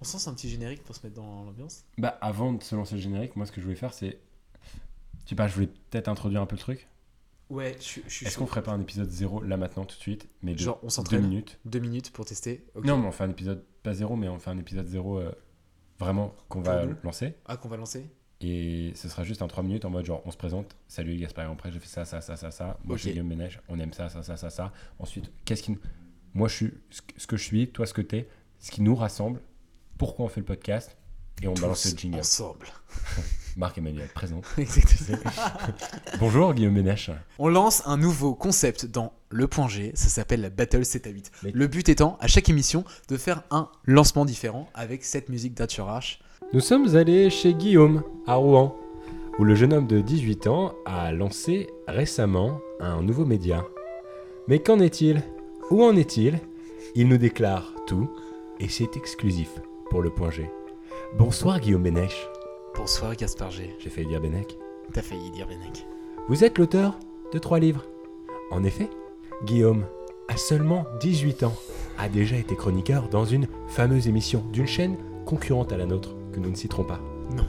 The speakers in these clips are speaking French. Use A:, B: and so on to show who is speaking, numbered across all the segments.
A: On sent un petit générique pour se mettre dans l'ambiance.
B: Bah, avant de se lancer le générique, moi, ce que je voulais faire, c'est. Tu sais pas, je voulais peut-être introduire un peu le truc.
A: Ouais, je, je suis
B: Est-ce qu'on ferait pas un épisode 0 là maintenant, tout de suite Mais de
A: Genre, on
B: deux
A: s'entraîne
B: minutes.
A: deux minutes pour tester. Ok.
B: Non, mais on fait un épisode, pas 0, mais on fait un épisode 0 vraiment qu'on
A: Pour
B: va
A: nous.
B: lancer.
A: Ah, qu'on va lancer
B: Et ce sera juste en 3 minutes en mode genre on se présente, salut Gaspard, après j'ai fait ça, ça, ça, ça, ça, moi je suis
A: Ok.
B: Guillaume Ménage, on aime ça, ça, ça, ça, ça. Ensuite, qu'est-ce qui. nous- Moi je suis ce que- ce que je suis, toi ce que t'es, ce qui nous rassemble, pourquoi on fait le podcast, et on balance le
A: Tous
B: jingle.
A: ensemble.
B: Marc Emmanuel, présent.
A: Exactement.
B: Bonjour Guillaume Ménage.
A: On lance un nouveau concept dans le point G, ça s'appelle la Battle 7 à 8.
B: Mais-
A: Le but étant, à chaque émission, de faire un lancement différent avec cette musique d'Aturash.
B: Nous sommes allés chez Guillaume, à Rouen, où le jeune homme de 18 ans a lancé récemment un nouveau média. Mais qu'en est-il Où en est-il Il nous déclare tout, et c'est exclusif pour le point G. Bonsoir Guillaume Benech.
A: Bonsoir Gaspard G,
B: J'ai failli dire Benech.
A: t'as failli dire Benek.
B: Vous êtes l'auteur de trois livres. En effet, Guillaume, à seulement 18 ans, a déjà été chroniqueur dans une fameuse émission d'une chaîne concurrente à la nôtre, que nous ne citerons pas.
A: Non,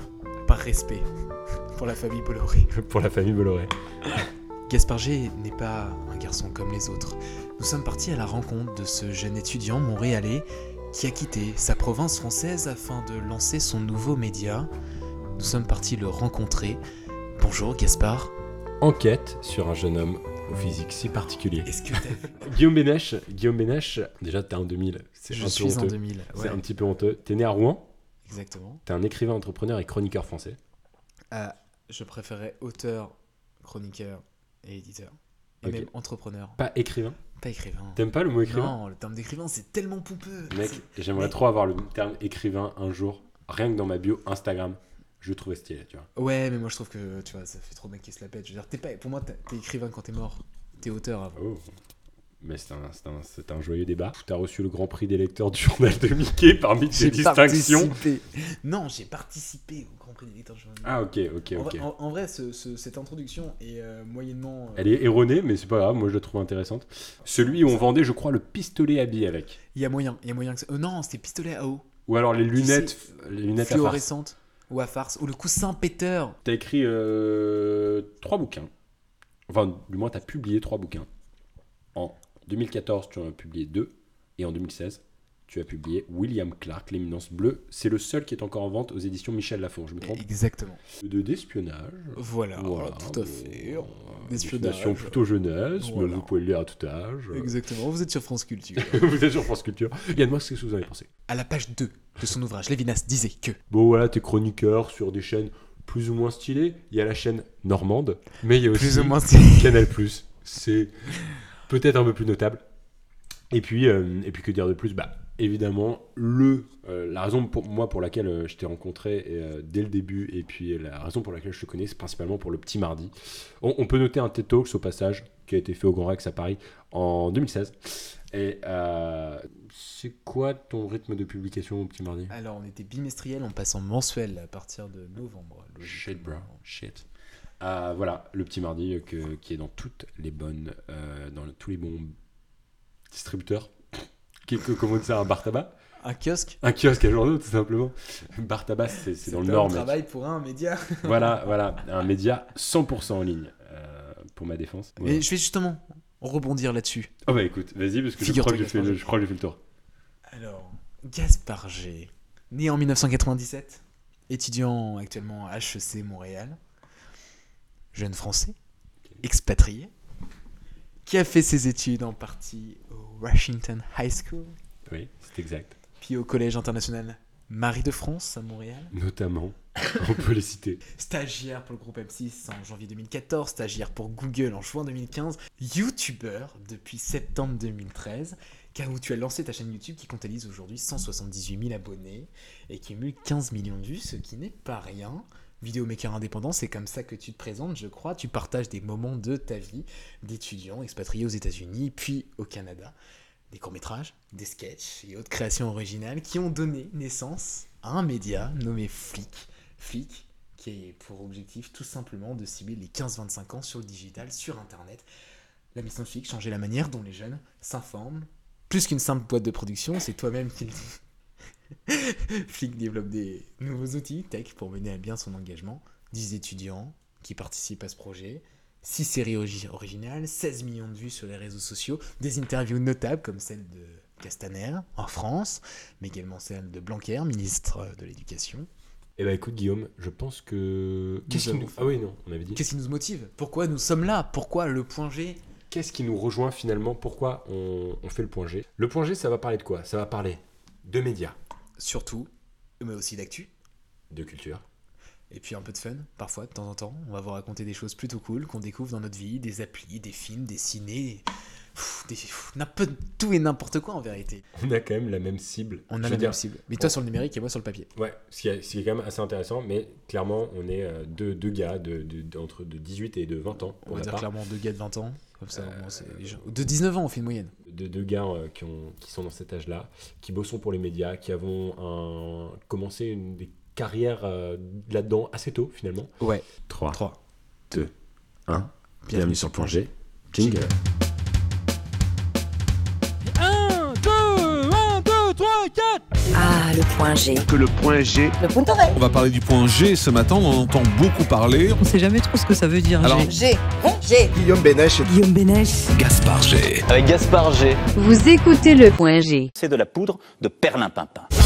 A: par respect pour la famille Bolloré.
B: pour la famille Bolloré.
A: Gaspard G n'est pas un garçon comme les autres. Nous sommes partis à la rencontre de ce jeune étudiant montréalais qui a quitté sa province française afin de lancer son nouveau média. Nous sommes partis le rencontrer. Bonjour Gaspard.
B: Enquête sur un jeune homme au physique si particulier.
A: Est-ce que t'as
B: Guillaume Bénache, Guillaume Bénache, déjà t'es en 2000, c'est
A: Je
B: un peu
A: suis en
B: honteux.
A: 2000.
B: C'est
A: ouais,
B: un petit peu honteux. T'es né à Rouen,
A: exactement.
B: t'es un écrivain, entrepreneur et chroniqueur français.
A: Ah, je préférais auteur, chroniqueur et éditeur. Et
B: Ok.
A: même entrepreneur,
B: Pas écrivain.
A: pas écrivain.
B: T'aimes pas le mot écrivain
A: Non, le terme d'écrivain, c'est tellement pompeux.
B: Mec,
A: C'est-
B: j'aimerais
A: Mec.
B: trop avoir le terme écrivain un jour, rien que dans ma bio Instagram. Je le trouvais stylé, tu vois.
A: Ouais, mais moi je trouve que tu vois, ça fait trop mec qui se la pète. Je veux dire, t'es pas, pour moi, t'es t'es écrivain quand t'es mort. T'es auteur hein, avant.
B: Oh. Mais c'est un, c'est un- c'est un joyeux débat. T'as reçu le grand prix des lecteurs du journal de Mickey parmi tes distinctions.
A: participé. Non, j'ai participé au Grand Prix des lecteurs. journalistes.
B: Ah, ok, ok,
A: En
B: ok.
A: vrai- En, en vrai, ce- ce- cette introduction est euh, moyennement. euh,
B: Elle est erronée, mais c'est pas grave, moi je la trouve intéressante. Celui où on vendait, je crois, le pistolet à billes avec.
A: Il y a moyen, il y a moyen que ça- Oh non, c'était pistolet à eau.
B: Ou alors les
A: Tu
B: lunettes,
A: sais,
B: les lunettes à farce.
A: fluorescente ou à farce ou le coussin péteur.
B: T'as écrit euh, trois bouquins. Enfin, du moins, t'as publié trois bouquins. En 2014, tu en as publié deux. Et en 2016, tu as publié William Clark, L'éminence bleue. C'est le seul qui est encore en vente aux éditions Michel Lafon, je me trompe.
A: Exactement.
B: De d'espionnage.
A: Voilà,
B: Voilà,
A: Ah, tout à fait.
B: bon,
A: D'espionnage.
B: destination plutôt jeunesse, mais
A: Voilà.
B: vous pouvez le lire à tout âge.
A: Exactement, vous êtes sur France Culture.
B: vous êtes sur France Culture. Yann, moi, c'est ce que vous en avez pensé.
A: à la page 2 de son ouvrage, Lévinas disait que
B: Bon voilà, t'es chroniqueur sur des chaînes plus ou moins stylées. Il y a la chaîne normande, mais il y a aussi
A: plus ou moins
B: Canal+. C'est peut-être un peu plus notable. Et puis, euh, et puis que dire de plus Bah évidemment le euh, la raison pour moi pour laquelle euh, je t'ai rencontré et, euh, dès le début et puis la raison pour laquelle je te connais c'est principalement pour le petit mardi. On, on peut noter un TED Talks au passage qui a été fait au Grand Rex à Paris en 2016. Et euh, c'est quoi ton rythme de publication au petit mardi
A: Alors, on était bimestriel, on passe en mensuel à partir de novembre. logiquement.
B: Shit, bro. Shit. Ah, voilà, le petit mardi euh, que- qui est dans toutes les bonnes, euh, dans le- tous les bons distributeurs. Qui que commande ça un bar tabac
A: Un kiosque
B: Un kiosque à journaux, tout simplement. Bar tabac, c'est c'est dans le
A: un
B: Nord, mec.
A: travail pour un média.
B: Voilà, voilà, un média 100% en ligne, euh, pour ma défense. Voilà.
A: Et je vais justement rebondir là-dessus.
B: Ah bah écoute, vas-y, parce que je
A: Figure-toi
B: crois que, j'ai
A: que
B: fait, le- je crois que j'ai fait le tour.
A: Alors, Gaspard G, né en 1997, étudiant actuellement à HEC Montréal, jeune français, expatrié, qui a fait ses études en partie au Washington High School,
B: Oui, c'est exact.
A: puis au Collège international Marie de France à Montréal.
B: Notamment, on peut les citer.
A: Stagiaire pour le groupe M6 en janvier 2014, stagiaire pour Google en juin 2015, youtubeur depuis septembre 2013, car où tu as lancé ta chaîne YouTube qui comptabilise aujourd'hui 178 000 abonnés et qui émule 15 millions de vues, ce qui n'est pas rien. Vidéomaker indépendant, c'est comme ça que tu te présentes, je crois. Tu partages des moments de ta vie d'étudiant expatrié aux États-Unis, puis au Canada. Des courts-métrages, des sketchs et autres créations originales qui ont donné naissance à un média nommé Flick. Flick, qui est pour objectif tout simplement de cibler les 15-25 ans sur le digital, sur Internet. La mission de Flick, changer la manière dont les jeunes s'informent. Plus qu'une simple boîte de production, c'est toi-même qui le dis. Flick développe des nouveaux outils tech pour mener à bien son engagement. 10 étudiants qui participent à ce projet. 6 séries origi- originales, 16 millions de vues sur les réseaux sociaux, des interviews notables comme celle de Castaner en France, mais également celle de Blanquer, ministre de l'Éducation.
B: Eh ben écoute, Guillaume, je pense que.
A: Qu'est-ce qui
B: avons-
A: nous-
B: Ah oui, non, on avait dit.
A: Qu'est-ce qui nous motive Pourquoi nous sommes là Pourquoi le point G
B: Qu'est-ce qui nous rejoint finalement Pourquoi on, on fait le point G Le point G, ça va parler de quoi Ça va parler de médias,
A: Surtout, mais aussi d'actu.
B: de culture.
A: Et puis un peu de fun, parfois, de temps en temps. On va vous raconter des choses plutôt cool qu'on découvre dans notre vie, des applis, des films, des ciné, pff, des, pff, n'importe- tout et n'importe quoi en vérité.
B: On a quand même la même cible.
A: On
B: Je
A: a la
B: veux
A: même
B: dire,
A: cible. Mais toi sur le numérique et moi sur le papier.
B: Ouais, ce qui, est, ce qui est quand même assez intéressant, mais clairement, on est euh, deux, deux gars de, de- d'entre de 18 et de 20 ans.
A: On
B: pour
A: va
B: la
A: dire
B: part.
A: clairement deux gars de 20 ans, comme ça.
B: Euh,
A: bon, c'est les gens- De 19 ans, on fait une moyenne.
B: de deux gars euh, qui, ont, qui sont dans cet âge-là, qui bossons pour les médias, qui avons un- commencé une, des carrières euh, là-dedans assez tôt finalement.
A: Ouais,
B: 3,
A: 3.
B: 1,
A: Bienvenue sur le point G. Jingle.
C: 1, 2, 1, 2, 3, 4
D: Ah, le point G.
E: que le point G
D: Le point d'oreille.
F: On va parler du point G ce matin, on en entend beaucoup parler.
G: On sait jamais trop ce que ça veut dire. hein.
F: Alors-
G: j'ai-
D: G. Bon, G.
E: Guillaume Bénèche
G: Guillaume Bénèche.
F: Gaspard G.
H: avec Gaspard G.
D: Vous écoutez le point G.
H: C'est de la poudre de perlimpinpin.